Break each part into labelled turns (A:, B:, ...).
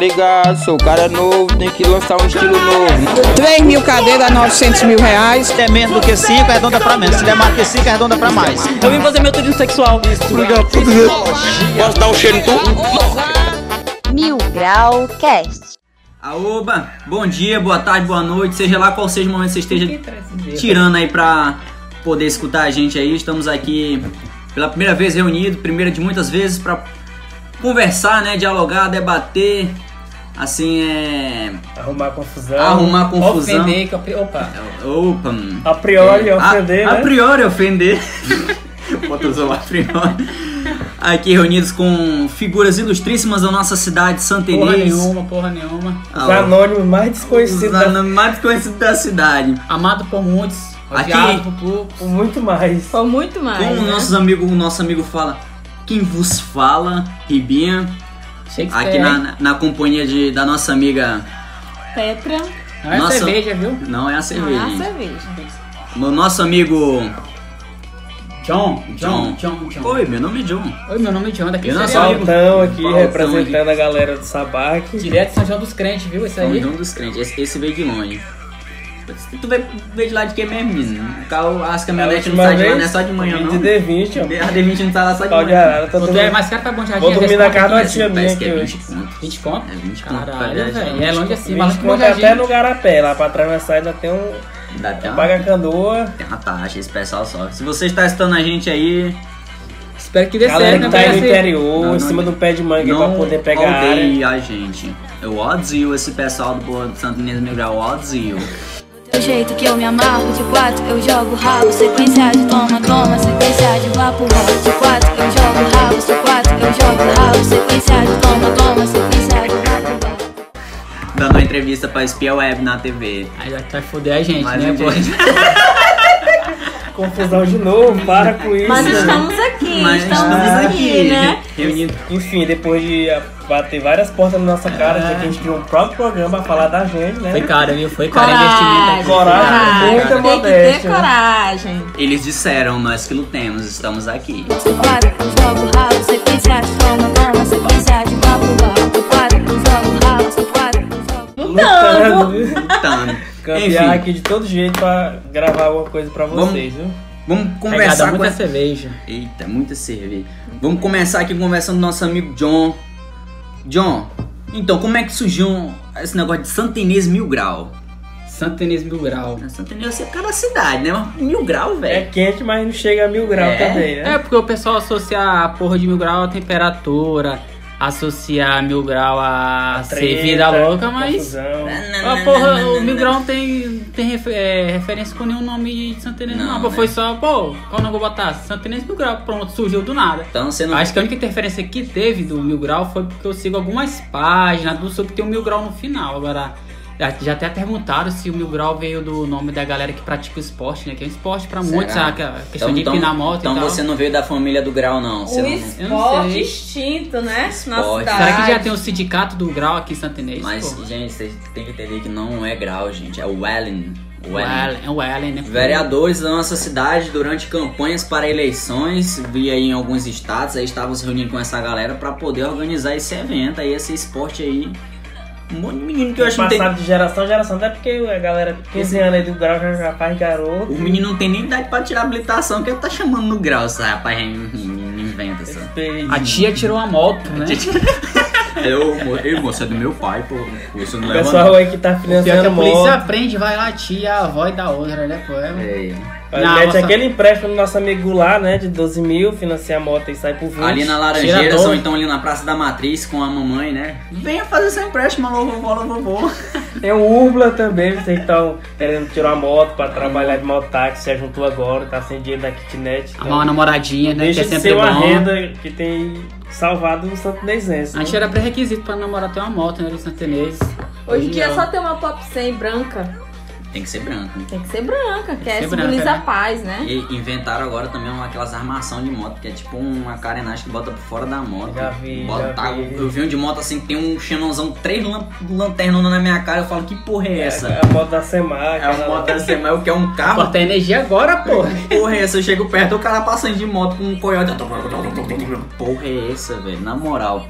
A: Ligado, sou cara novo, tem que lançar um estilo novo.
B: 3 mil cadeiras, 900 mil reais.
C: Se der é menos do que 5, arredonda pra menos. Se der mais do que 5, arredonda pra mais.
D: Eu vim fazer meu turismo sexual.
A: Posso dar um cheiro em tu?
E: Mil Grau Cast.
F: Aoba, bom dia, boa tarde, boa noite, seja lá qual seja o momento que você esteja tirando aí pra poder escutar a gente aí. Estamos aqui pela primeira vez reunidos, primeira de muitas vezes, pra conversar, né, dialogar, debater, assim, é...
G: Arrumar confusão.
F: Arrumar confusão.
G: Ofender, que eu- opa.
F: Opa, hum.
G: A priori
F: É,
G: ofender,
F: a,
G: né?
F: a priori ofender. Bota os olhos a priori. Aqui reunidos com figuras ilustríssimas da nossa cidade, Santa
G: Porra
F: Inês.
G: nenhuma, porra nenhuma.
F: Ah,
G: Os anônimos mais desconhecidos,
F: Os
G: da...
F: anônimos mais conhecidos da cidade.
G: amado por muitos,
F: Aqui-
G: odiado por poucos. Muito mais.
D: Foi muito mais.
F: Como
D: né?
F: nossos amigos, o Um nosso amigo fala, quem vos fala, Ribinha,
G: Shakespeare.
F: aqui na, na companhia de, da nossa amiga.
D: Petra.
G: Não é
F: Nossa.
G: cerveja, viu?
F: Não é a
D: Não é
F: cerveja.
D: a
F: gente.
D: cerveja.
F: Meu nosso amigo.
G: John,
F: John.
G: John, John, John.
F: Oi, meu nome é John.
G: Oi, meu nome é John, daqui
F: Eu não
G: de
F: sou
G: São João.
F: amigo.
H: Então, aqui
F: Faltão
H: representando a galera do Sabá aqui.
G: Direto de São João dos Crentes, viu? Isso
F: É o
G: aí.
F: John dos crentes. Esse, esse veio de longe. Tu veio, veio de lá de quem mesmo, menino? O carro, as caminhonetes não
H: última
F: saem de lá,
H: vez,
F: não é só de manhã, não.
H: De D20, ó.
F: A D20 não tá lá só de
H: Pau de
F: manhã.
H: arara, tá
G: Tu
H: tudo
G: é mais caro pra Bom Jardim.
H: Vou dormir
G: responde
H: na casa da
G: aqui.
H: tia minha
F: Parece que
H: aqui
F: é
H: hoje.
F: 20 conto.
G: 20 conto?
F: É 20 conto,
G: Caralho,
F: parece,
G: velho.
F: é
G: É
F: 20
G: longe assim, mas
H: Mas
G: longe que Bom
H: conta até no
G: Jardim.
H: Garapé, lá pra atravessar ainda tem um...
F: Dá até uma
H: Paga a canoa.
F: Tem uma taxa, esse pessoal só. Se você está estando a gente aí,
G: Espero que dê
H: Galera
G: certo,
H: que
G: né?
H: tá aí no
G: Parece-
H: interior,
F: Não, não,
H: em cima de um pé de manga pra
F: não
H: poder pegar a área.
F: odeie a gente. Eu odeio esse pessoal do Boa de Santo Inês do Mil Grau, eu odeio.
I: Do jeito que eu me amarro, de quatro eu jogo ralo. Sequência de toma, toma, sequência de vá pro ralo. De quatro eu jogo ralo, de quatro eu jogo ralo. Sequência de toma, toma, sequência de vá pro ralo.
F: Dando uma entrevista pra Espia Web na TV.
G: assim, Aí vai- vai foder a gente,
F: Mas
G: né,
F: um
G: pô?
F: dia-
H: Confusão de novo, para com isso.
D: Mas
H: né?
D: estamos aqui,
F: Mas
D: estamos, aqui, né?
F: Reunido.
H: Enfim, depois de ah, bater várias portas na nossa
F: Ah.
H: cara, que a gente criou um próprio programa pra falar da gente, né?
G: Foi caro, viu? Foi caro
D: Coragem.
G: investimento.
H: Coragem, muita
D: coragem. Tem que ter
H: modéstia. né?
D: coragem.
F: Eles disseram, nós que lutemos, estamos aqui.
I: Do quatro eu jogo ralo. Sequência de toma, toma, sequência de vá pro ralo. Do quatro eu jogo ralo. Do quatro eu jogo
H: Lutando, viu?
F: Lutando.
H: né? Campear
F: Então, Enfim,
H: aqui de todo jeito pra gravar alguma coisa pra
F: Vamos-
H: vocês, viu?
F: vamos
G: Conversar
F: conversar com
G: é muita
F: essa...
G: cerveja.
F: Eita, muita cerveja. Vamos começar aqui conversando com nosso amigo John. John, então, como é que surgiu esse negócio de Santa Inês Mil Grau?
G: Santo Inês Mil Grau.
F: Santa Inês é por causa da cidade, né? Mas Mil Grau,
H: É
F: velho.
H: quente, mas não chega a mil graus
F: É?
H: também, né?
G: É, porque o pessoal associa a porra de mil grau à temperatura, associa mil grau a ser
H: Treta,
G: vida louca, mas.
H: confusão.
G: A Ah, porra, o mil grau não tem, tem ref- é, referência com nenhum nome de Santa Inês, não,
F: Não,
G: pô.
F: né?
G: Foi só, pô, qual nome eu vou botar? Santa Inês mil grau, pronto, surgiu do nada.
F: Então você não.
G: Acho que a única interferência que teve do Mil Grau foi porque eu sigo algumas páginas do sul que tem o Mil Grau no final. Agora, já, já até perguntaram se o Mil Grau veio do nome da galera que pratica o esporte, né? Que é um esporte pra
F: Será?
G: muitos, a a é questão de empinar moto
F: então
G: e tal.
F: você não veio da família do Grau, não. Você
D: O
F: não...
G: Eu não
D: esporte
G: sei.
D: extinto, né? Na
F: Esporte.
D: cidade.
G: Será que já tem o sindicato do Grau aqui em Santa Inês?
F: Mas,
G: É pô?
F: gente, vocês têm que entender que não é Grau, gente. É Wellen.
G: O Allen, é o Allen, né? pô?
F: Vereadores da nossa cidade durante campanhas para eleições, vi aí em alguns estados, aí estavam se reunindo com essa galera pra poder organizar esse evento aí, esse esporte aí. Um monte de menino que eu acho que não tem.
H: Passado de geração em geração, até porque a galera 15 anos aí do grau já, já faz garoto.
F: O menino não tem nem idade pra tirar habilitação, que ele tá chamando no grau, esse rapaz aí, menino inventa isso.
H: Respeito.
G: A tia tirou a moto, né?
F: Eu, eu, moço, é do meu pai, pô. Isso não
H: O
F: leva
H: pessoal aí que tá
F: é
G: Pior que
H: financiando
G: a polícia
H: moto.
G: aprende, vai lá, tia, a avó e da outra, né? Pô, é... Não,
H: Mete
G: nossa-
H: aquele empréstimo do nosso amigo lá, né? De 12 mil, financia a moto e sai por 20.
F: Ali na
G: Tirador.
F: Laranjeiras, ou então ali na Praça da Matriz com a mamãe, né? Venha fazer seu empréstimo, alô, vovó, alô, vovô.
H: Tem o Urbla também, vocês que estão querendo tirar a moto pra trabalhar de mototáxi, já juntou agora, tá sem dinheiro da kitnet. tá?
G: Arrumar uma namoradinha, né?
H: Deixa
G: que é
H: de
G: sempre
H: ser uma
G: bom.
H: renda que tem salvado o Santo né? Nezense.
G: A gente era pré-requisito pra namorar ter uma moto, né? Dos santenenses.
D: Hoje em dia é
G: não.
D: só um, tem uma pop 100 branca.
F: Tem que ser branco.
D: Tem que ser branca, que, é
G: ser branca,
D: simboliza
G: né?
D: a paz, né?
F: E inventaram agora também uma- aquelas armação de moto, que é tipo uma carenagem que bota por fora da moto.
H: Já vi,
F: Bota-
H: já
F: tá-
H: vi.
F: Eu vi um de moto assim, que tem um xenonzão, três lan lanternona na minha cara, eu falo, que porra é essa?
H: A moto da Semar,
F: É uma moto assim, mas eu quero um carro.
G: Cortar energia agora, pô.
F: Que Porra é essa? Eu chego perto, o cara passando de moto com um coiote. Porra é essa, velho? Na moral.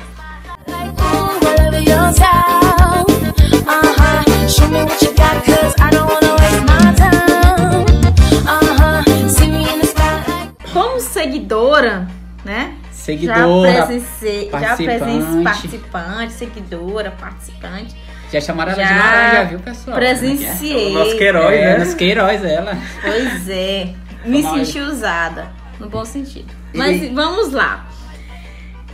I: ralo. to yourself. Uh huh. Show me what you got, cause I don't wanna waste my time. Uh huh. See me in the spotlight.
D: Como seguidora, né? já
G: Seguidora.
D: presenciei, já
G: participante.
D: presenciei participante, seguidora, participante.
G: Já chamaram ela de
D: Já
G: laranja, viu, pessoal?
D: Presenciei.
H: Nosso
G: É,
H: herói,
G: é,
H: né?
G: nos Queiroz, ela.
D: Pois é. Me
G: Toma aí.
D: senti usada. No bom sentido. Mas vamos lá.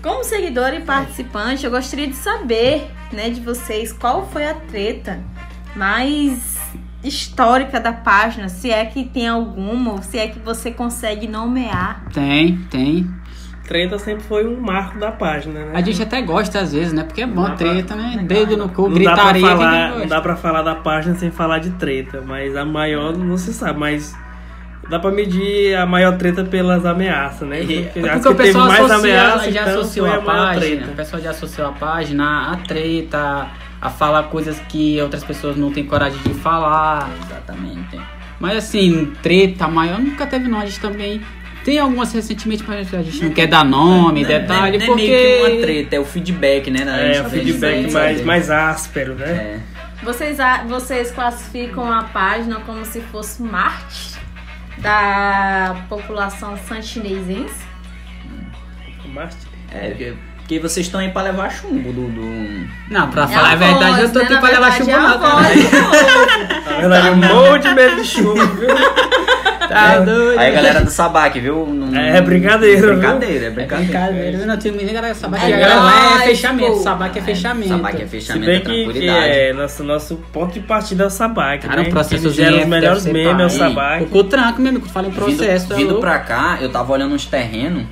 D: Como seguidora e participante, eu gostaria de saber, né, de vocês, qual foi a treta mais histórica da página, se é que tem alguma, ou se é que você consegue nomear.
G: Tem, tem.
H: Treta sempre foi um marco da página, né?
G: A gente até gosta às vezes, né? Porque é
H: Não
G: bom
H: dá
G: treta, né? Dedo no cu,
H: Não dá,
G: gritaria.
H: pra
G: quem
H: falar,
G: não
H: não
G: gosta.
H: dá pra falar da página sem falar de treta, mas a maior não se sabe, mas dá pra medir a maior treta pelas ameaças, né?
G: É
H: as
G: porque o pessoal associa- já
H: então,
G: associou
H: foi
G: a página. O
H: treta.
G: pessoal já associou a página, a treta, a falar coisas que outras pessoas não têm coragem de falar. Exatamente. Mas assim, treta maior nunca teve não. A gente também tem algumas recentemente, mas a gente não quer dar nome, detalhe,
F: não é
G: porque.
F: meio que uma treta, é o feedback, né? da
H: É,
F: gente-
H: o
F: da gente
H: feedback
F: saber.
H: mais, mais áspero, né?
F: É.
D: Vocês, a- vocês classificam a página como se fosse Marte da população santinesense?
H: Mas
F: É, porque, porque vocês estão aí pra levar chumbo do. do...
G: Não, pra
D: É
G: falar a,
D: a
G: verdade,
D: voz,
G: eu tô
D: né?
G: aqui
D: Na
G: pra levar né?
D: verdade,
G: chuva
D: é
G: não,
D: a voz.
G: cara.
H: na verdade, é um monte de medo de chuva, viu?
G: Tá doido.
F: É. Aí a galera do Sabac, viu? Não-
H: É brincadeira, viu?
F: Brincadeira, é
G: É
F: brincadeira.
G: brincadeira, eu não tenho nem galera sabaque.
D: É
G: a galera lá é
D: nóis,
G: fechamento,
D: pô.
G: sabaque é fechamento.
F: Sabac é
H: Se
F: fechamento, é
H: bem que, que
F: tranquilidade.
H: é, nosso, nosso ponto de partida é o Sabac,
G: Cara,
H: né?
G: o processo
H: Eles geram os melhores memes, é o
F: pai.
H: Sabac.
G: O cutranco mesmo, que eu falo em processo.
F: vindo,
G: é
F: vindo
G: louco.
F: pra cá, eu tava olhando uns terrenos.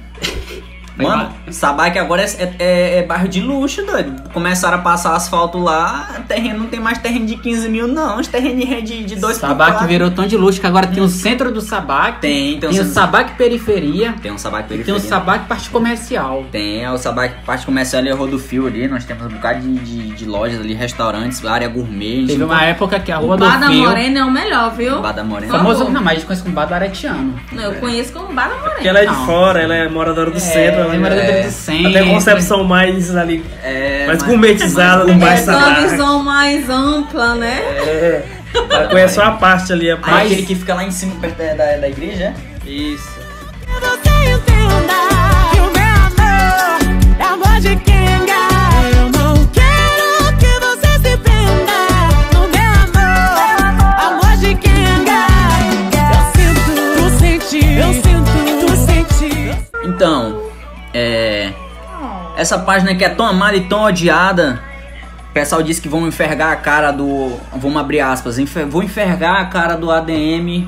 G: Foi
F: Mano, Sabai que agora é, é- é bairro de luxo, doido. Começaram a passar asfalto lá, terreno não tem mais terreno de 15 mil, não. Os terrenos é de, de dois por
G: Sabaque
F: quatro.
G: virou tão de luxo que agora tem o centro do sabaque, tem,
F: Tem, tem, um
G: o
F: sab...
G: sabaque periferia,
F: tem um Sabai
G: tem o
F: periferia.
G: sabaque parte comercial.
F: Tem, é o Sabai parte comercial ali, é Rodofil ali. Nós temos um bocado de, de- de lojas ali, restaurantes, área gourmet.
G: Teve uma época que a
D: O
G: rua do
D: Bar da
G: Fio...
D: Morena é o melhor, viu?
F: Bada Morena.
G: Famoso, não, mas a gente conhece como Bar do Aretiano.
D: Não, eu conheço como Bar da Morena.
H: Porque ela é de
G: Não.
H: fora, ela é moradora do centro. ela
G: é, morador
H: é-
G: do centro.
H: Até concepção mais ali,
F: É,
H: mais
F: mas-
H: gourmetizada, não mais
D: É uma
H: salário.
D: visão mais ampla, né?
H: É. Ela conhece só a parte ali,
F: Ah,
H: a
F: é
H: parte.
F: aquele que fica lá em cima, perto da, da, da igreja, é?
H: Isso.
I: Eu não sei entender que o meu amor é amor de quenga. Eu não quero que você se prenda no meu amor, amor de quenga. Eu sinto, tu senti, eu sinto, tu senti.
F: Então, é. Essa página que é tão amada e tão odiada. O pessoal disse que vão enfergar a cara do. Vamos abrir aspas. enfer- vou enfergar a cara do ADM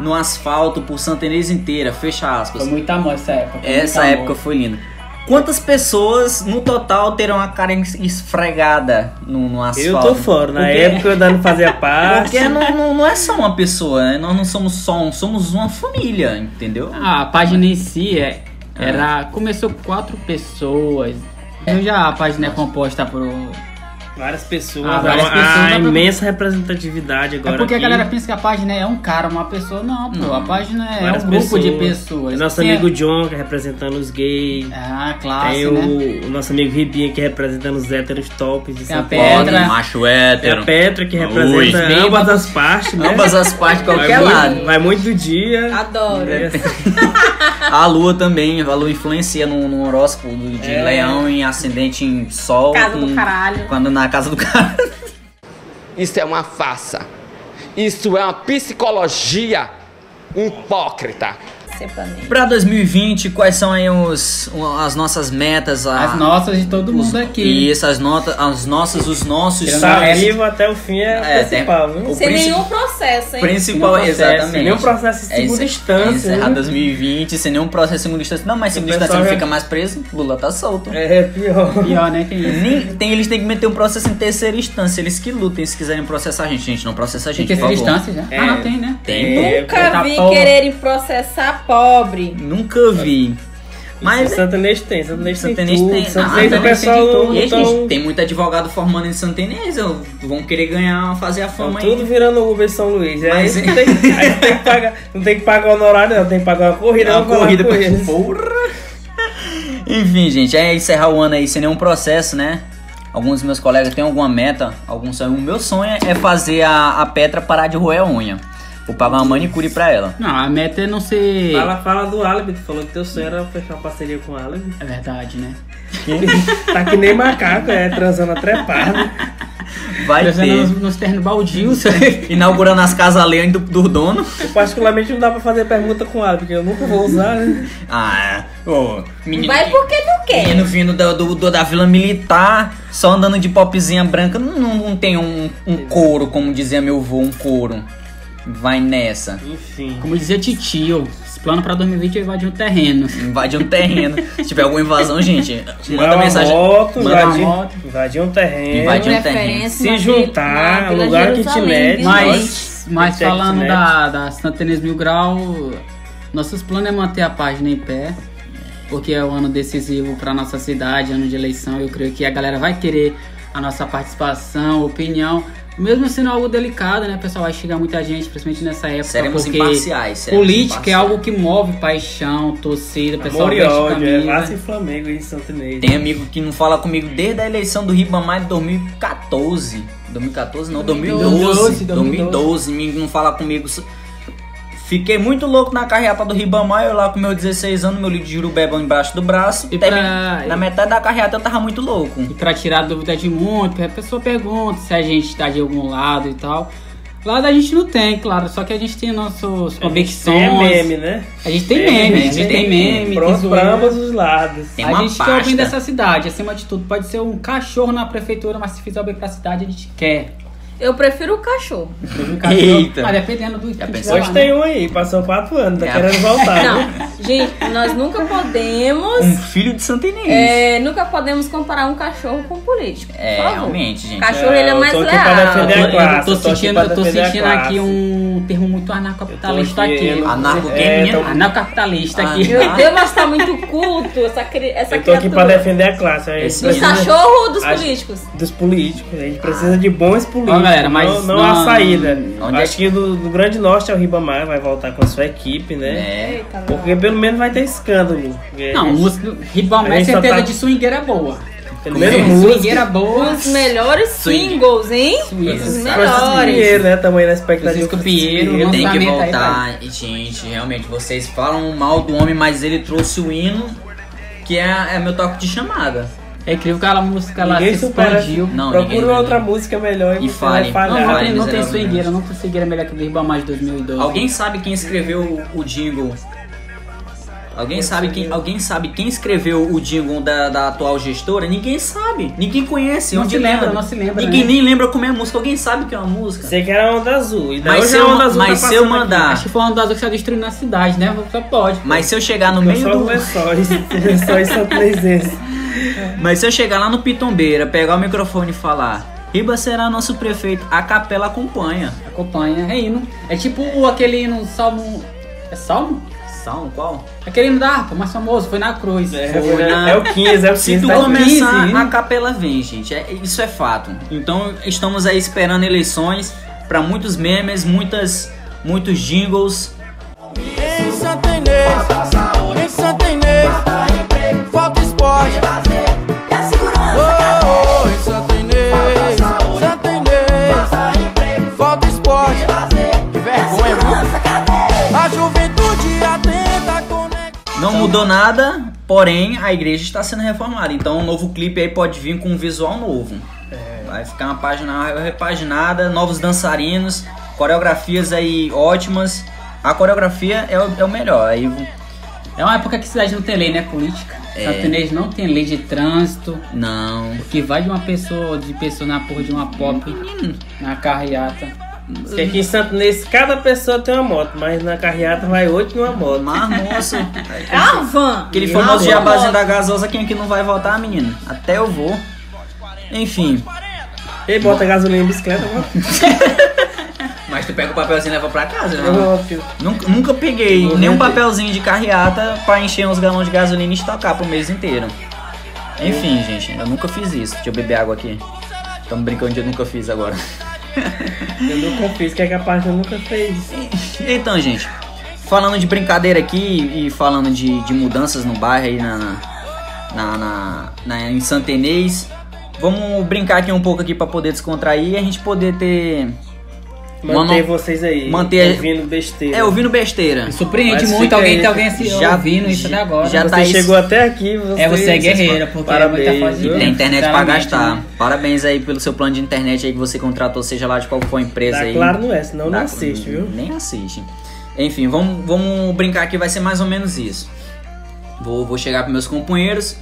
F: no asfalto por Santa Inês inteira. Fecha aspas.
G: Foi muito amor essa época. foi muito
H: Tá
F: Essa
G: amor.
F: época foi linda. Quantas pessoas no total terão a cara es- esfregada no, no
H: Eu
F: asfalto?
H: tô fora. Na época eu ainda não fazia parte.
F: Porque não, não, não é só uma pessoa, né? Nós não somos só um, somos uma família, entendeu?
G: Ah, a página em si é, era. Começou com quatro pessoas. Então já a página é composta por. É
H: Várias pessoas.
G: Ah, várias
H: a,
G: pessoas,
H: a
G: dá pra-
H: imensa representatividade agora.
G: é porque
H: aqui.
G: a galera pensa que a página é um cara, uma pessoa. Não, pô. A página é
H: Várias
G: um grupo de
H: Tem
G: pessoas.
H: Nosso
G: Tem-
H: amigo John, que é representando os gays.
G: Ah, classe,
H: Tem
G: né?
H: o, o nosso amigo Ribinha, que é representando os héteros tops de
G: Tem
H: São
G: a
H: Paulo.
G: Pedra.
F: Macho
H: Tem a
F: hétero.
H: Petra, que representa
G: Ui.
H: ambas as partes, né?
F: Ambas as partes, qualquer
H: vai
F: lado.
H: Muito, vai muito do dia.
D: Adoro.
F: A lua também, a lua influencia no, no horóscopo do- de
H: É.
F: leão em ascendente em sol.
D: Casa do
F: com-
D: caralho.
F: Quando na casa do cara.
J: Isso é uma farsa. Isso é uma psicologia hipócrita.
D: Sempre é pra mim.
F: pra 2020, quais são aí os, o- as nossas metas? a-
G: As nossas de todo mundo aqui.
F: Isso, as, notas, as nossas, os nossos.
H: Tá
F: sonhos.
H: vivo até o fim é,
F: É,
H: é principal,
F: tem-
H: viu?
F: o
D: Sem
F: princi-
D: nenhum processo, hein?
F: Principal,
H: Nenhum processo,
F: Tipo, exatamente.
H: nenhum processo de
F: É
H: segunda
F: isso-
H: instância,
F: é Encerrar
H: né?
F: 2020 sem nenhum processo de segunda instância. Não, mas segunda
H: pessoal
F: instância não
H: já-
F: fica mais preso, Lula tá solto.
H: É pior.
G: Pior, né? Tem isso.
F: Nem- tem, eles têm que meter um processo em terceira instância. Eles que lutem se quiserem processar a gente. Gente, não processa a
G: Tem
F: gente, por
G: terceira
F: favor. É.
G: instância já? Ah, não, tem, né?
F: Tem,
H: é
D: Nunca vi
G: Tá bom.
D: quererem processar pobre.
F: Nunca vi.
H: Mas
F: Mas
H: Santa Inês tem, Santa Inês tem
F: Santa Inês
H: tudo.
F: tem-
H: Santa
F: Ah, Santa
H: Inês é o
F: Inês
G: tem
H: pessoal
G: de tudo.
F: e aí, gente,
H: estão
F: tem muito advogado formando em Santa Inês. eu- Vão querer ganhar, fazer a fama aí.
H: Então tudo virando Uber São Luís. É, Aí
F: Mas- é.
H: não tem, aí tem que pagar, não tem que pagar honorário, não, tem que pagar uma corrida.
F: É uma
H: vamos falar
F: corrida
H: com
F: pra
H: eles.
F: Enfim, gente, é encerrar o ano aí sem nenhum processo, né? Alguns dos meus colegas têm alguma meta, algum sonho. O meu sonho é fazer a, a Petra parar de roer a unha. Vou pagar uma manicure pra ela.
G: Não, a meta é não ser.
H: Fala, fala do Alibi, tu falou que teu sonho era fechar uma parceria com o Alibi.
G: É verdade, né?
H: Tá que nem macaco, é, transando atrepado.
F: Vai
G: Trazendo
F: ter.
G: nos, nos ternos baldios.
F: Inaugurando as casas além do, do dono.
H: Particularmente não dá pra fazer pergunta com o Alibi, porque eu nunca vou usar, né?
F: Ah, ô, menino.
D: Vai porque tu quer.
F: Menino vindo da, do, do- da vila militar, só andando de popzinha branca, não, não, não tem um, um couro, como dizia meu avô, um couro. Vai nessa.
H: Enfim.
G: Como dizia Titio, esse plano pra 2020 é invadir um terreno.
F: Invade um terreno. Se tiver alguma invasão, gente,
H: Vai
F: manda
H: uma
F: mensagem.
G: É
H: moto,
F: manda
H: invadir-
F: uma moto.
H: Invadir um terreno.
F: Invadir um terreno.
D: Preferência
H: Se
D: na
H: juntar, um
D: Vila- na Vila
H: alugar kitnet,
D: Jerusalém, viu, gente?
G: Mas, mas
H: Sex
G: falando
H: Net.
G: da, da Santa Inês Mil Grau, nossos planos é manter a página em pé, porque é um ano decisivo para nossa cidade, ano de eleição. Eu creio que a galera vai querer a nossa participação, opinião, mesmo sendo algo delicado, né, pessoal? Vai chegar muita gente, principalmente nessa época,
F: Seremos
G: porque
F: imparciais. seremos
G: política é
F: imparciais.
G: algo que move paixão, torcida, pessoal
H: Amor e
G: veste
H: ódio, é
G: camisa.
H: Vasco e Flamengo em Santo Inês.
F: Tem amigo que não fala comigo desde a eleição do Ribamar de 2014. 2014 não, 2012.
G: 2012.
F: 2012, amigo não fala comigo. So- Fiquei muito louco na carreata do Ribamar, eu lá com meus 16 anos, meu livro de Jurubeba embaixo do braço.
G: E
F: Termi-
G: pra-
F: Na metade da carreata eu tava muito louco.
G: E pra tirar dúvida de muito, a pessoa pergunta se a gente tá de algum lado e tal. Lado a gente não tem, claro, só que a gente tem nossas
H: A gente tem
G: convicções.
H: é meme, né?
G: A gente tem meme, a gente tem meme. tem
H: Pronto
G: zoeira.
H: pra ambos os lados.
F: Tem
G: a
F: uma
G: gente quer o
F: pasta.
G: bem dessa cidade, acima de tudo. Pode ser um cachorro na prefeitura, mas se fizer o bem pra cidade, a gente quer.
D: Eu prefiro o cachorro.
G: Um cachorro,
F: Eita.
G: Mas dependendo do tipo que
F: pensou?
G: tiver lá,
H: Hoje tem um aí, passou quatro anos, tá
F: É.
H: querendo voltar. né?
D: Não, gente, nós nunca podemos.
F: Um filho de Santa Inês.
D: é, nunca podemos comparar um cachorro com um político.
F: É,
D: Por favor.
F: realmente, gente.
D: O cachorro ele é
H: Eu
D: mais
H: tô aqui pra
D: leal.
H: defender a
G: Eu tô-
H: classe,
G: eu
H: eu tô
G: tô
H: aqui
G: sentindo,
H: pra
G: eu tô
H: defender a
G: sentindo aqui
H: classe.
G: um termo muito anarcocapitalista aqui.
H: eu não-
F: Anarco quem,
H: É,
F: menina?
H: tô-
G: Anarcocapitalista
F: Ah.
G: aqui.
D: Meu Deus, mas tá muito culto essa, cri... essa
H: Eu tô aqui pra
D: criatura.
H: defender a classe. a gente
F: Esse
D: Dos
H: precisa
D: cachorros ou dos
H: Acho-
D: políticos?
H: Dos políticos, a gente precisa de bons políticos.
G: Ah. Ó, galera, mas
H: não, não,
G: não-
H: a saída.
F: Onde é
H: Acho que do, do Grande Norte é o Ribamar, vai voltar com a sua equipe, né?
F: É.
H: Porque pelo menos vai ter escândalo. É,
G: Não, música.
H: A
G: Ribamar é
H: gente só
G: certeza
H: tá-
G: de swingueira boa. É,
H: pelo menos música.
G: Swingueira boa.
D: Os melhores
F: Swing.
D: singles, hein?
G: Swing.
D: Os
H: Francisco
D: melhores.
H: Pinheiro, né? Também na expectativa.
G: Francisco
H: do Francisco
G: Pinheiro,
H: Pinheiro.
F: Tem que
G: Lançamento aí,
F: voltar. E, gente, realmente, vocês falam mal do homem, mas ele trouxe o hino, que é, é meu toque de chamada.
G: É incrível que aquela música lá se
H: Ninguém supera.
G: expandiu.
F: Não, ninguém
H: Procura
F: viu.
H: outra música melhor e,
F: E
H: você
F: fale.
H: vai falhar.
G: Não, não,
F: Caralho,
G: tem, não tem
H: né?
F: miserável.
G: swingueira, não tem swingueira melhor que o do Ribamar de 2012.
F: Alguém sabe quem escreveu o jingle? Alguém sabe quem, alguém sabe quem escreveu o jingle da, da atual gestora? Ninguém sabe. Ninguém conhece.
G: Não
F: onde
G: se lembra,
F: lembra?
G: não se lembra,
F: Ninguém
G: né?
F: nem lembra como é a música. Alguém sabe que é uma música?
H: Sei que era onda azul. E daí
F: Mas
H: hoje
F: se
H: a
F: eu,
H: onda azul
F: mas
H: tá
F: se eu
H: passando
F: mandar,
G: Acho que foi uma das que está destruindo a cidade, né? Só pode.
F: mas se eu chegar no
H: aqui. Não
F: meio
H: É só é os
F: do,
H: lençóis, lençóis santinenses.
F: Mas se eu chegar lá no Pitombeira, pegar o microfone e falar, Riba será nosso prefeito, a capela acompanha.
G: Acompanha. É hino. É tipo o- aquele hino Salmo. É Salmo?
F: São qual?
G: Aquele hino da harpa, mais famoso, foi na cruz.
H: É,
G: Foi.
F: na-
H: é o 15, é o 15.
F: Se tu
H: tá
F: começar,
H: 15,
F: a capela vem, gente. É- isso é fato. Então estamos aí esperando eleições pra muitos memes, muitas, muitos jingles. Não mudou nada, porém a igreja está sendo reformada. Então um novo clipe aí pode vir com um visual novo. Vai ficar uma página repaginada, novos dançarinos, coreografias aí ótimas. A coreografia é o, é o melhor. Aí
G: É uma época que a cidade não tem lei, né? Política.
H: É.
G: Santo Inês não tem lei de trânsito.
F: não.
G: O que vai de uma pessoa, de pessoa na porra de uma pop, na carreata.
H: Porque aqui em Santo Inês, cada pessoa tem uma moto, mas na carreata vai oito numa moto.
F: Mas Ah, moça,
D: É a van.
F: aquele
H: Meu
F: famoso
H: Deus.
F: jabazinho da gasosa, quem aqui não vai votar, menino? Até eu vou. Enfim.
H: E bota gasolina em bicicleta, mano.
F: Mas tu pega o papelzinho e leva pra casa, né?
H: Óbvio.
F: Nunca, nunca peguei nenhum papelzinho de carreata pra encher uns galões de gasolina e estocar pro mês inteiro. Enfim, gente, eu nunca fiz isso. Deixa eu beber água aqui. Tamo brincando de eu nunca fiz agora.
H: Eu nunca fiz, que é capaz que eu nunca fiz.
F: Então, gente, falando de brincadeira aqui e falando de, de mudanças no bairro aí na, na, na, na- em Santa Inês, Vamos brincar aqui um pouco aqui pra poder descontrair e a gente poder ter.
H: Manter
F: Mano-
H: vocês aí.
F: manter-
H: Ouvindo besteira.
F: É, ouvindo besteira.
G: Surpreende
H: Mas
G: muito
H: fica
G: alguém
H: aí,
G: ter alguém se
F: já-
G: ouvindo isso até agora.
F: já
H: Você
F: tá aí-
H: chegou até aqui. Você,
G: É, você é guerreira,
H: vocês-
G: porque é
H: Parabéns.
G: muita fase de
H: viu?
G: tempo.
F: Tem internet pra
G: Sinceramente,
F: gastar.
G: né?
F: Parabéns aí pelo seu plano de internet aí que você contratou, seja lá de qual for a empresa
H: Tá
F: aí.
H: claro, não é, senão não
F: Dá-
H: assiste, viu?
F: Nem assiste. Enfim, vamos, vamos brincar que vai ser mais ou menos isso. Vou, vou chegar pros meus companheiros,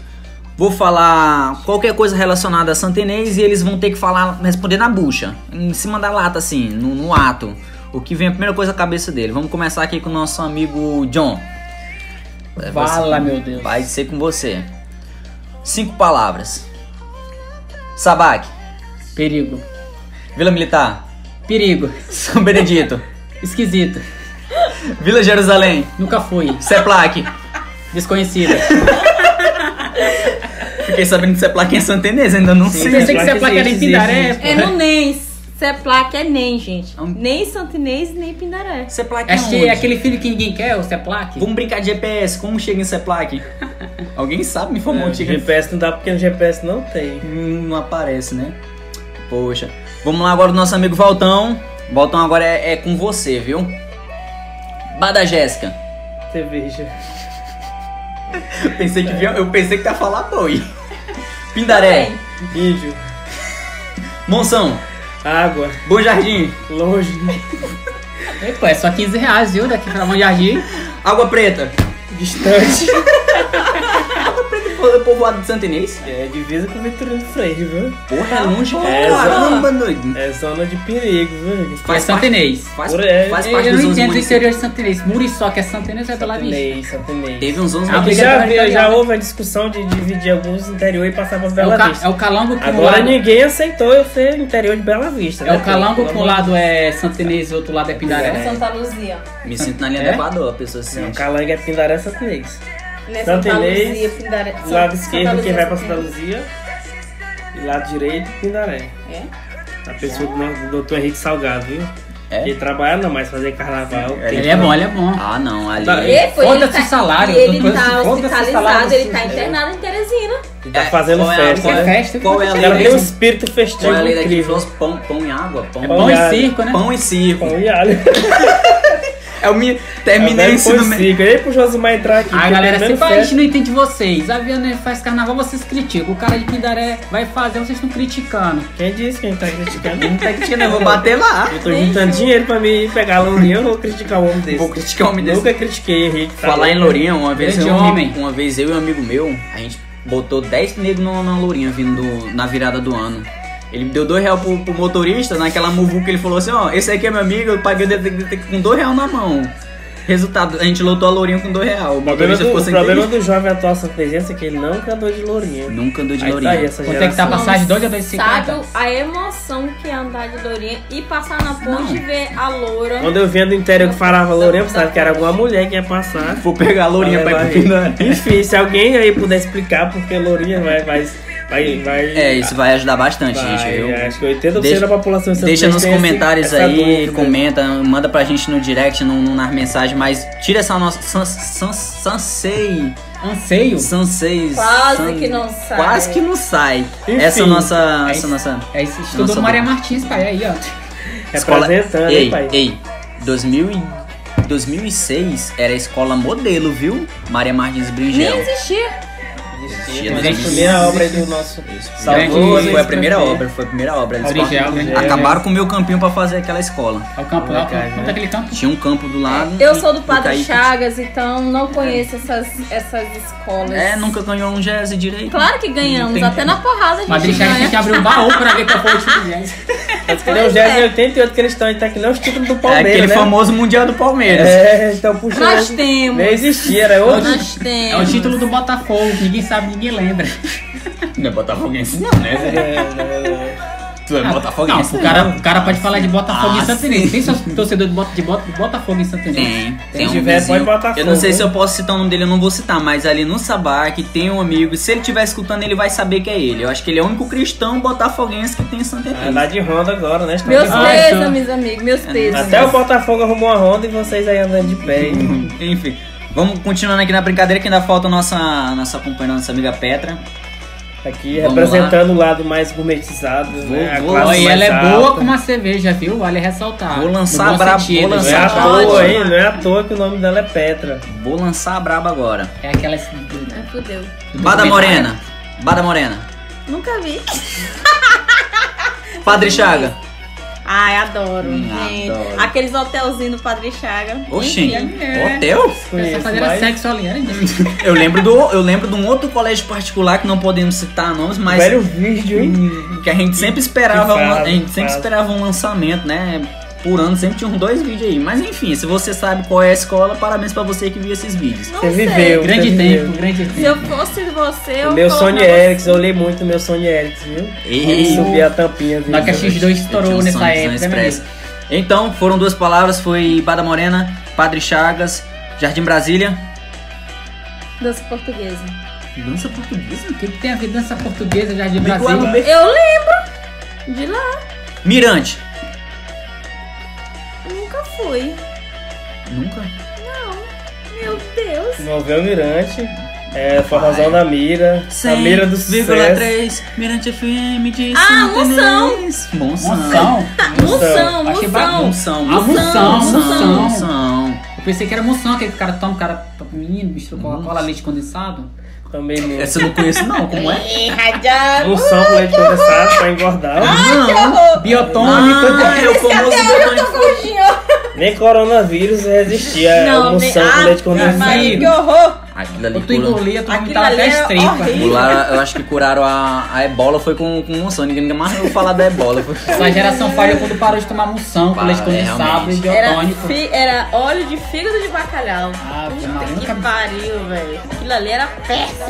F: vou falar qualquer coisa relacionada a Santa Inês e eles vão ter que falar, responder na bucha, em cima da lata, assim, no, no ato. O que vem a primeira coisa à cabeça dele. Vamos começar aqui com o nosso amigo John. É, vai
G: Fala,
F: ser-
G: meu Deus.
F: Vai ser com você. Cinco palavras. Sabac,
G: Perigo.
F: Vila Militar,
G: Perigo.
F: São Benedito,
G: Esquisito.
F: Vila Jerusalém,
G: Nunca fui.
F: Seplac.
G: Desconhecida.
F: Fiquei sabendo que Seplac é em Santa Inês, ainda não
G: Eu
F: sei.
G: pensei que
H: Placa
G: você é placa era em
H: existe,
G: Pindaré.
H: existe.
D: É no NENS. Se é placa, é NEM, gente.
F: É um-
D: Nem Santo Inês, nem Pindaré.
F: Seplac é
G: Acho que
F: onde?
G: é aquele filho que ninguém quer, é o Seplac.
F: Vamos brincar de GPS, como chega em Seplac? Alguém sabe me informar
H: É,
F: onde chega?
H: GPS não dá porque no GPS não tem.
F: Hum, Não aparece, né? Poxa. Vamos lá agora do nosso amigo Valtão. Valtão agora é, é com você, viu? Bada Jéssica.
H: Cerveja.
F: Eu pensei que vinha- eu pensei que tá falar boi. Pindaré,
H: Índio.
F: Monção,
H: Água.
F: Bom Jardim,
H: Longe.
G: Eita, é só 15 reais, viu? Daqui pra Mão Jardim.
F: Água Preta.
H: Distante.
F: Po- Povoado de Santa Inês.
H: é divisa com o Vitorino Freire, viu?
F: Porra, é longe pra
H: É,
F: caramba, doido.
H: É zona de perigo, viu?
G: É
F: Faz
G: Santa
F: parte,
G: Inês.
F: faz,
H: Por aí.
F: faz
G: Eu,
F: parte
G: eu
F: dos
G: não
F: 11
G: entendo o
F: municípios.
G: é, interior de Santa Inês. Muriçoca é Santa Inês ou é Bela Vista?
H: Santinês, Santinês.
F: Teve uns 11
G: Ah,
F: municípios.
H: Já,
G: Obrigatório,
H: vi-
G: né?
H: já houve a discussão de dividir alguns interior e passar pra
G: É
H: Bela
G: o, ca-
H: Vista.
G: é o calango que um
H: Agora
G: lado,
H: ninguém aceitou eu ser interior de Bela Vista.
G: é
H: né,
G: o calango
H: pô?
G: que um lado é Santa Inês e outro lado é Pindaré.
D: Santa Luzia.
F: Me sinto na linha
G: É?
F: do Equador, a pessoa se
H: Não,
F: sente.
H: calango é Pindaré Santinês.
D: Né,
H: Santa
D: Santa
H: Inês,
D: Luzia, Pindaré.
H: Do
D: Santa-
H: lado
D: Santa
H: esquerdo quem
D: Luzia,
H: vai pra Santa
D: Santa
H: Luzia. E lado direito, Pindaré.
D: É?
H: A pessoa do, nosso- do Dr. Henrique Salgado, viu?
F: É?
H: Ele trabalha não, mas fazer carnaval.
F: É,
G: Ele é bom, ele é bom.
F: Ah, não, ali.
H: Tá.
F: é-
D: Ei, foi, ele
G: Foda-se
D: tá-
G: o salário,
D: e Ele
G: foda-se-
D: tá
G: foda-se o
D: hospitalizado,
G: salário, assim, né?
D: ele tá internado em Teresina.
H: Ele tá fazendo
F: qual é a-
H: festa.
F: qual
G: é
H: né?
G: festa,
F: Qual é a
G: qual
H: O
G: é
F: lei
G: a
H: cara
F: daqui?
G: lei?
H: tem um espírito
F: Qual
H: festivo
F: é a lei daqui que
H: incrível.
F: falou pão, pão e água? Pão,
G: É
H: bom,
G: pão e
H: cara.
G: circo, né?
F: pão e circo.
H: Pão e alho.
F: É o mi...
H: É
F: Terminei
H: o
F: o ensino
H: velho
F: médio.
H: Ponsica. Ei, pro Josimar entrar aqui.
G: A
H: que
G: galera
H: pelo
G: assim,
H: menos
G: "Pá, a gente
H: festa-
G: não entende vocês. A Viana faz carnaval, vocês criticam. O cara de Pindaré vai fazer, vocês estão criticando.
H: Quem disse que a gente tá criticando?
F: Não tá criticando, eu vou bater lá.
H: Eu tô juntando dinheiro pra me pegar a lourinha, eu vou criticar um homem desse.
F: Vou criticar o homem desse.
H: Nunca critiquei Henrique. tá
F: Falar em
H: louco.
F: Lourinha, uma vez,
G: Grande
F: eu,
G: homem.
F: uma vez eu e um amigo meu, a gente botou 10 negros na, na Lourinha vindo do- na virada do ano. Ele deu 2 reais pro, pro motorista, naquela muvuca ele falou assim, ó, esse aqui é meu amigo, eu paguei o detective com 2 reais na mão. Resultado, a gente lotou a Lourinha com 2 reais. O
H: O problema,
F: motorista
H: do,
F: ficou
H: o
F: sem
H: problema
F: três.
H: do jovem atual Santa presença é que ele não cantou de lourinha.
F: Nunca andou de
H: Aí tá aí,
F: Lourinha.
H: essa
G: Quanto é que tá a
H: geração.
G: passagem? Dois ou dois e
D: Sabe
G: cinquenta?
D: a emoção que é andar de Lourinha e passar na ponte
F: Não.
D: e ver a loura.
H: Quando eu vinha do interior que falava lourinha, eu pensava que era alguma mulher que ia passar.
F: Vou pegar a Lourinha pra
H: Vai,
F: ir pro
H: vai.
F: final.
H: Enfim, se alguém aí puder explicar porque lourinha vai... vai, vai, vai
F: É, isso vai ajudar bastante,
H: vai, é,
F: gente, viu?
H: Acho que 80%
F: Deixa-
H: da população santanense
F: Deixa nos
H: tem esse-
F: comentários
H: essa
F: aí,
H: dúvida.
F: comenta, manda pra gente no direct, no, no- nas mensagens, mas tira essa nossa. San, san, sansei.
G: Anseio?
H: é
F: Sansei.
D: Quase
F: san-
D: que não sai.
F: Quase que não sai.
H: Enfim,
F: essa nossa.
G: é
F: essa
G: isso.
F: nossa.
G: É isso, estudou
F: Nossa,
G: no Maria Martins, pai, aí, ó.
H: Representando,
F: ei,
H: hein, pai?
F: ei, 2000 e- 2006 era a escola modelo, viu? Maria Martins Bringel.
D: Nem existia.
F: Existia,
H: Mas
F: mas
H: é a
F: existe.
H: primeira obra aí do nosso...
F: Salvador,
G: Grande-
F: foi a primeira obra, foi a primeira obra. Eles
G: Bringel,
F: acabaram-
G: Bringel.
F: acabaram com o meu campinho pra fazer aquela escola.
G: É o campo lá, quanto é aquele campo?
F: Tinha um campo do lado.
D: Eu sou do
F: o
D: Padre
F: Kaique-
D: Chagas, então não conheço essas, essas escolas.
F: É, nunca ganhou um jazz direito.
D: Claro que ganhamos,
F: Não tem-
D: até na porrada a gente
G: Madrid Chagas
D: ganha.
G: tem que abrir um baú pra ver qual foi o último jazz.
D: É,
H: Mas que nem o Jéssica 88 que eles estão, então que nem os títulos do
F: É
H: Palmeiras,
F: aquele
H: né?
F: famoso Mundial do Palmeiras.
H: É, então puxa.
D: Nós
H: né?
D: temos.
H: Nem existia, era outro.
D: Nós
G: É o
D: temos.
G: título do Botafogo, ninguém sabe, ninguém lembra.
F: Não é botafoguense não, né? Zé? Tu é
G: Não,
F: botafoguense?
G: o cara, o cara pode falar de Botafogo
F: Ah,
G: em Santa Inês. Tem seus torcedor de, Bota- de Bota- de Botafogo em Santa Inês?
F: Tem, tem um
H: tiver,
F: vizinho.
H: pode botar
F: Eu não sei
H: fogo.
F: se eu posso citar o nome dele, eu não vou citar, mas ali no Sabac tem um amigo. Se ele estiver escutando, ele vai saber que é ele. Eu acho que ele é o único cristão botafoguense que tem em Santa
H: Ah, Andar
F: Inês.
H: de Honda agora, né? Estão
D: Meus
H: de-
G: Ah, então.
D: pêsames, amigos, meus pêsames.
H: Até o Botafogo arrumou a Honda e vocês aí andando de pé. hein?
F: Enfim, vamos continuando aqui na brincadeira que ainda falta a nossa, nossa companheira, nossa amiga Petra.
H: Aqui
F: Vamos
H: representando o lado mais gourmetizado, né? A
F: vou-
H: classe
G: Olha, e ela
H: mais
G: é boa
H: alta.
G: como a cerveja, viu? Vale ressaltar.
F: Vou lançar
G: No bom
F: a braba- vou
G: sentido,
H: Não é à
F: lançar
G: viu?
F: a braba.
H: toa, hein? Não é à toa que o nome dela é Petra.
F: Vou lançar a braba agora.
G: É aquela.
D: Ai, fudeu.
F: Bada Morena. Bada Morena.
D: Nunca vi.
F: Padre Chaga.
D: Ai, adoro,
F: Hum,
D: gente.
F: adoro.
D: Aqueles hotelzinhos do Padre né? Chaga.
F: Oxi.
D: Enfim,
F: Hotel?
G: Essa
H: Conheço,
D: é
G: fazer
H: mas...
G: sexo ali, era isso.
F: Eu lembro, do, eu lembro de um outro colégio particular que não podemos citar nomes, mas.
H: Velho vídeo, hein?
F: Hum, Que a gente sempre esperava,
H: Que
F: um- a
H: fase,
F: gente
H: que
F: sempre
H: fase.
F: esperava um lançamento, né? Por ano sempre tinha uns dois vídeos aí. Mas enfim, se você sabe qual é a escola, parabéns pra você que viu esses vídeos.
D: Não
H: Você
D: sei.
H: viveu.
G: Grande
H: você viveu.
G: tempo, grande
D: Se
G: tempo.
D: eu fosse você, eu.
H: Meu
D: colocava-
H: Sony Ericsson, eu olhei muito meu Sony Ericsson, viu?
F: Ei,
H: Subi a tampinha. viu?
G: Nokia X2
F: Eu tinha
G: estourou
F: um
G: nessa
F: Samsung
G: época, né?
F: Express. Então, foram duas palavras, foi Bada Morena, Padre Chagas, Jardim Brasília.
D: Dança portuguesa.
F: Dança portuguesa?
G: O que, que tem a ver dança portuguesa já de
F: Bico
G: Brasília?
F: Alubê.
D: Eu lembro de lá.
F: Mirante.
D: Nunca fui.
F: Nunca.
D: Meu Deus.
H: Noveu Mirante, é, Forrozão da Mira, a Mira do Sucesso.
F: 100,3, Mirante FM de
D: Ah,
F: Santenês. Monção.
G: Moção?
D: Moção,
F: Achei ba-
D: moção.
F: Monção.
G: Ah, Monção,
F: Monção.
G: Monção.
F: Monção.
G: Eu pensei que era moção, aquele que o cara toma, o cara toma menino, mistura Coca-Cola, leite condensado.
H: Também Um muito.
F: Essa eu não conheço não, como é?
H: Função com leite condensado pra engordar.
D: Ah,
G: Ah, é
F: Não.
G: Biotom,
F: Ah, eu como os botões.
H: Nem coronavírus resistia a
D: nem-
H: moção com
D: ah,
F: é
H: leite
D: mas
H: condensado.
D: que horror.
F: Aquilo ali
G: eu tô
F: cura-
G: engolia, eu tô
D: Aquilo
G: vomitando
D: ali
G: até
D: é
G: as tripas.
D: horrível.
F: curaram, eu acho que curaram a, a ebola foi com, com moção. Ninguém nunca mais ouviu falar da ebola. Foi-
G: Essa geração falha quando parou de tomar moção com
F: Para,
G: leite
F: é,
G: condensado e
F: realmente.
D: Era,
G: biotônico.
D: fi- era óleo de fígado de bacalhau.
G: Ah, mas
D: Puta
G: nunca-
D: que pariu, velho. Aquilo ali era péssimo.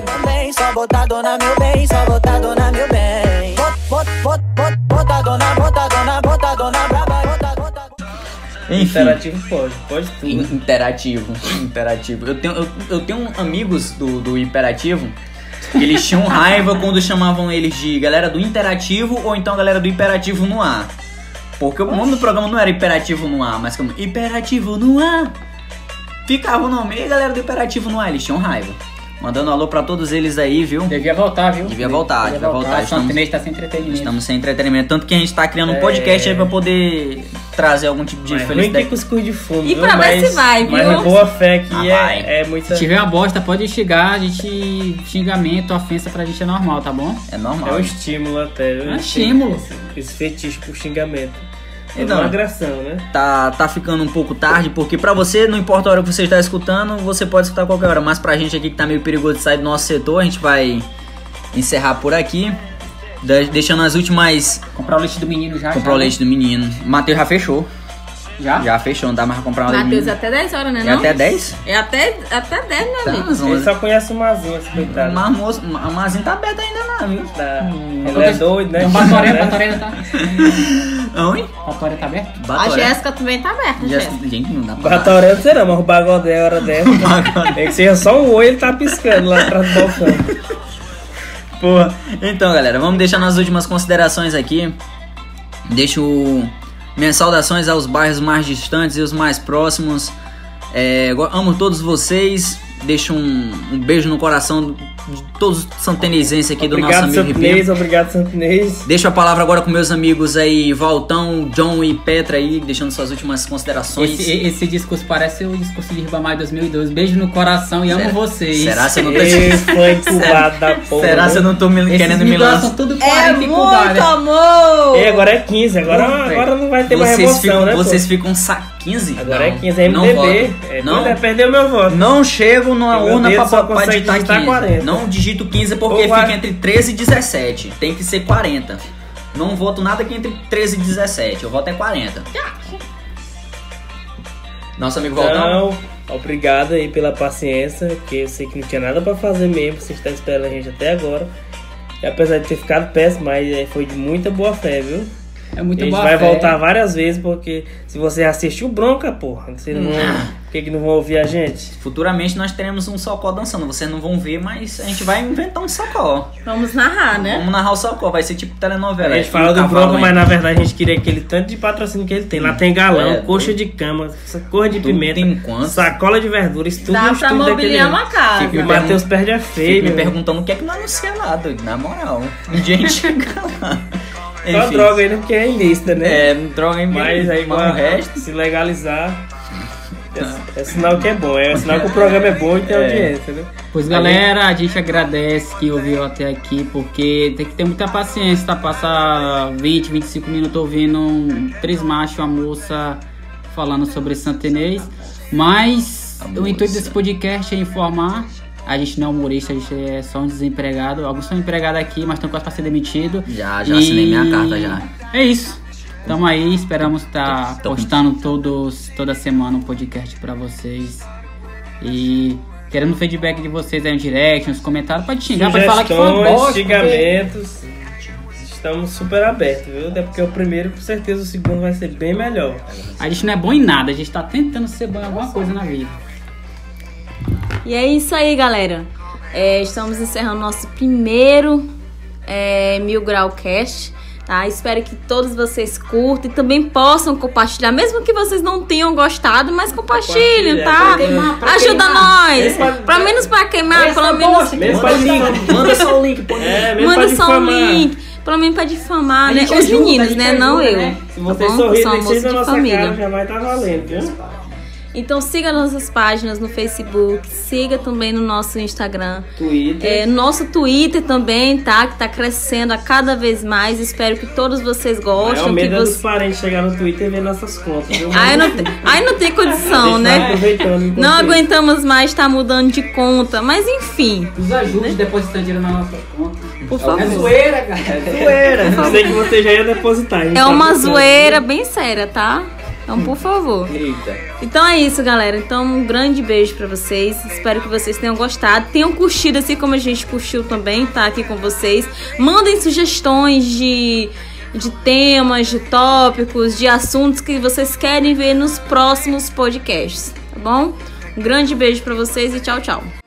K: Só botar dona meu bem, só botar dona meu bem. Bota, bota, bota, bota dona, bota dona, bota dona braba, bota, bota.
F: Enfim.
H: Interativo pode, pode
F: In-
H: tudo.
F: Interativo, interativo. Eu tenho, eu, eu tenho um amigos do, do Hiperativo que eles tinham raiva quando chamavam eles de galera do Interativo ou então galera do Hiperativo no ar. Porque o nome do programa não era Hiperativo no ar, mas como Hiperativo no ar. Ficava o nome e galera do Hiperativo no ar, eles tinham raiva. Mandando alô pra todos eles aí, viu?
G: Devia voltar, viu?
F: Devia voltar, devia voltar.
G: A Santa
F: Estamos-
G: Inês tá sem entretenimento.
F: Estamos sem entretenimento, tanto que a gente tá criando um
H: É.
F: podcast aí pra poder trazer algum tipo de
H: Mas ruim que
F: felicidade.
H: cuscuz de fundo.
D: E
H: viu?
D: pra ver
H: mas,
D: se vai,
H: Mas
D: viu?
H: a boa fé que
F: Ah, vai.
H: é, é muita.
G: Se tiver uma bosta, pode chegar, a gente. Xingamento, ofensa pra gente é normal, tá bom?
F: É
H: É
F: normal.
H: um estímulo até.
G: É
H: viu?
D: Ah,
G: um estímulo.
H: Esse fetiche por xingamento. É
F: Então.
H: uma agressão, né?
F: tá, tá ficando um pouco tarde, porque pra você, não importa a hora que você está escutando, você pode escutar a qualquer hora. Mas pra gente aqui que tá meio perigoso de sair do nosso setor, a gente vai encerrar por aqui. de- Deixando as últimas.
G: Comprar o leite do menino já.
F: comprar
G: Tá já. né? Ah.
F: o leite do menino. Matheus já fechou.
G: Já?
F: Já fechou, não dá mais pra comprar o leite. do
D: Matheus,
F: menino.
D: até 10 horas, né?
F: É
D: Não?
F: até 10?
D: É até, até 10, meu
F: Tá,
D: amigo.
F: mas
H: Ele
F: onze.
H: só conhece o Mazinho, esse coitado.
F: Mas moço- mas- mas ainda tá aberto ainda lá, viu?
H: Tá.
D: Hum.
H: Ele é
G: Acontece-
H: doido, né?
G: Então,
D: é
G: Batoré,
F: É.
G: Batoré ainda tá.
F: Oi?
G: Batoré tá aberto?
D: A
F: Batoré.
D: Jéssica também tá aberta, Jéssica.
F: Jéssica- Gente, não dá pra. dar.
H: Batoré não sei não, mas o bagodé é hora dessa.
F: Batoré.
H: Tem que ser só um oi, ele tá piscando lá atrás do balcão.
F: Porra. Então, galera, vamos deixar nas últimas considerações aqui. Deixo minhas saudações aos bairros mais distantes e os mais próximos. É, go- amo todos vocês. Deixo um, um beijo no coração de todos os santenesenses aqui do
H: Obrigado,
F: nosso amigo
H: Santinês.
F: Ribeiro.
H: Obrigado, Santinês.
F: Deixo a palavra agora com meus amigos aí, Valtão, John e Petra aí, deixando suas últimas considerações.
G: Esse, esse discurso parece o discurso de Ribamar 2002. Beijo no coração e amo
F: Será-
G: vocês.
F: Será que eu não tô,
H: Ei, fã incubado da porra.
F: será se eu não tô me-
G: Esses
F: tá querendo me
G: migrantes
F: lançar?
G: são tudo
D: É
G: 40 e com
D: muito
G: galha.
D: amor!
H: Ei, agora é 15, agora,
G: Pô, velho.
H: agora não vai ter mais
F: Vocês
H: emoção,
F: ficam,
H: né? pô?
F: vocês ficam sa- 15?
H: Agora
F: Não,
H: é 15, é
F: não
H: MDB.
F: voto.
H: É,
F: não,
H: é, perdeu meu voto.
F: Não chego na
H: Meu
F: urna
H: dedo
F: pra,
H: só
F: pra
H: consegue
F: digitar
H: digitar
F: 15.
H: 40.
F: Não digito 15 porque
H: Ou vai-
F: fica entre 13 e 17. Tem que ser 40. Não voto nada que entre 13 e 17. Eu voto é 40. Nosso amigo Valtão.
H: Então, obrigado aí pela paciência, porque eu sei que não tinha nada pra fazer mesmo, vocês estão esperando a gente até agora. E apesar de ter ficado péssimo, mas é, foi de muita boa fé, viu?
G: É muito
H: a gente
G: boa
H: vai
G: fé.
H: voltar várias vezes, porque se você assistiu Bronca, porra, você não.
F: Hum.
H: Por que, que não vão ouvir a gente?
F: Futuramente nós teremos um socó dançando. Vocês não vão ver, mas a gente vai inventar um socó.
D: Vamos narrar, né?
F: Vamos narrar o socó, vai ser tipo telenovela.
H: A gente fala do Bronca, mas na verdade a gente queria aquele tanto de patrocínio que ele tem. Lá tem galão,
F: É,
H: coxa de cama, essa cor de
F: Tu
H: pimenta,
F: tem quanto?
H: sacola de verduras, tudo
D: Dá
H: no
D: pra
H: estúdio daquele
D: mobiliar
H: ano.
D: uma casa.
H: O Matheus perde a né? feia,
F: Fico me
H: meu.
F: perguntando o que é que não anuncia lá, doido. Na moral. Um dia a gente chega lá.
H: Só
F: Enfim.
H: droga ainda, porque é ilícita, né?
F: É, droga em
H: Mas aí
F: mas
H: quando
F: o resto.
H: se legalizar, é, é sinal que é bom. É sinal que o programa é bom e tem
F: É.
H: audiência, né?
G: Pois galera, a gente agradece que ouviu até aqui, porque tem que ter muita paciência, tá? Passar 20, 25 minutos ouvindo três machos, uma moça falando sobre Santenês. Mas
F: A
G: o intuito
F: moça.
G: desse podcast é informar. A gente não é humorista, a gente é só um desempregado. Alguns são empregados aqui, mas estão quase para ser demitido.
F: Já, já assinei minha carta já.
G: É isso. Tamo aí, esperamos estar
F: Tô- tô-
G: postando todos, toda semana um podcast pra vocês. E querendo feedback de vocês aí no direct, nos comentários, pode xingar, pode falar que foi uma
H: Sugestões,
G: bosta. porque-
H: xingamentos. Estamos super abertos, viu? Até porque o primeiro, com certeza, o segundo vai ser bem melhor.
G: A gente não é bom em nada, a gente tá tentando ser bom em alguma coisa na vida.
D: E é isso aí, galera. É, estamos encerrando nosso primeiro é, Mil Grau Cast. Tá? Espero que todos vocês curtam e também possam compartilhar, mesmo que vocês não tenham gostado, mas compartilhem,
H: Compartilha, pra
D: tá?
H: queimar,
D: Ajuda nós!
H: Mesmo pra-
D: Pra menos pra queimar,
H: é
D: pelo menos.
H: Mesmo pra
F: Manda só-
H: difamar.
F: Manda só o link, pô.
H: É, mesmo pra
D: Manda só um
H: difamar. é
D: link. Pelo menos pra difamar,
G: A
D: né?
G: gente
D: Os
G: ajuda, a
D: meninos,
G: gente
D: né?
G: ajuda,
D: Não eu.
G: né?
H: Se
D: tá
H: vocês
D: bom? Eu sou uma
H: sorrirem
D: moça
H: sempre na
D: de
H: nossa
D: família.
H: cara, já vai estar valendo, viu?
D: Então siga nossas páginas no Facebook, siga também no nosso Instagram.
F: Twitter.
D: É, nosso Twitter também, tá? Que tá crescendo a cada vez mais. Espero que todos vocês
H: É o
D: gostem. Que
H: medo é dos
D: você...
H: parentes chegar no Twitter e ver nossas contas, viu?
D: aí, não tem, aí não tem
H: A gente
D: condição,
H: tá
D: né?
H: aproveitando enquanto
D: Não
H: isso.
D: aguentamos mais estar mudando de conta. Mas enfim,
G: Nos ajude depositando dinheiro na nossa conta.
D: por favor.
G: zoeira, cara.
H: Zoeira, eu sei que você já ia depositar. a gente
D: É
H: tá
D: uma
H: avisando.
D: zoeira bem séria, tá? Então, por favor.
F: Eita.
D: Então é isso, galera. Então, um grande beijo pra vocês. Espero que vocês tenham gostado. Tenham curtido, assim como a gente curtiu também, tá aqui com vocês. Mandem sugestões de, de temas, de tópicos, de assuntos que vocês querem ver nos próximos podcasts, tá bom? Um grande beijo pra vocês e tchau, tchau.